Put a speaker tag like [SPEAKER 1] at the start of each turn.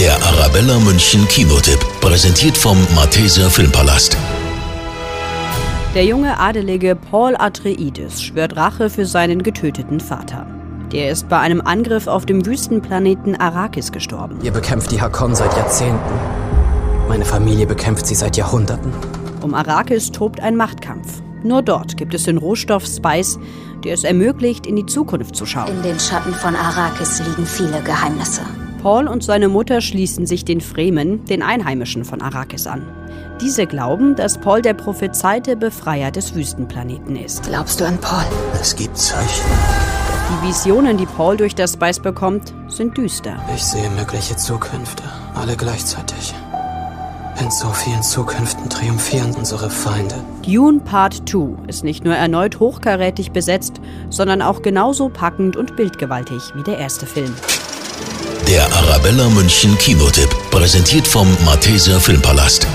[SPEAKER 1] Der Arabella München Kinotipp, präsentiert vom Malteser Filmpalast.
[SPEAKER 2] Der junge Adelige Paul Atreides schwört Rache für seinen getöteten Vater. Der ist bei einem Angriff auf dem Wüstenplaneten Arrakis gestorben.
[SPEAKER 3] Ihr bekämpft die Hakon seit Jahrzehnten. Meine Familie bekämpft sie seit Jahrhunderten.
[SPEAKER 2] Um Arrakis tobt ein Machtkampf. Nur dort gibt es den Rohstoff Spice, der es ermöglicht, in die Zukunft zu schauen.
[SPEAKER 4] In den Schatten von Arrakis liegen viele Geheimnisse.
[SPEAKER 2] Paul und seine Mutter schließen sich den Fremen, den Einheimischen von Arrakis, an. Diese glauben, dass Paul der prophezeite Befreier des Wüstenplaneten ist.
[SPEAKER 4] Glaubst du an Paul?
[SPEAKER 5] Es gibt Zeichen.
[SPEAKER 2] Die Visionen, die Paul durch das Spice bekommt, sind düster.
[SPEAKER 3] Ich sehe mögliche Zukünfte, alle gleichzeitig. In so vielen Zukünften triumphieren unsere Feinde.
[SPEAKER 2] Dune Part 2 ist nicht nur erneut hochkarätig besetzt, sondern auch genauso packend und bildgewaltig wie der erste Film.
[SPEAKER 1] Der Arabella München Kinotipp, präsentiert vom Malteser Filmpalast.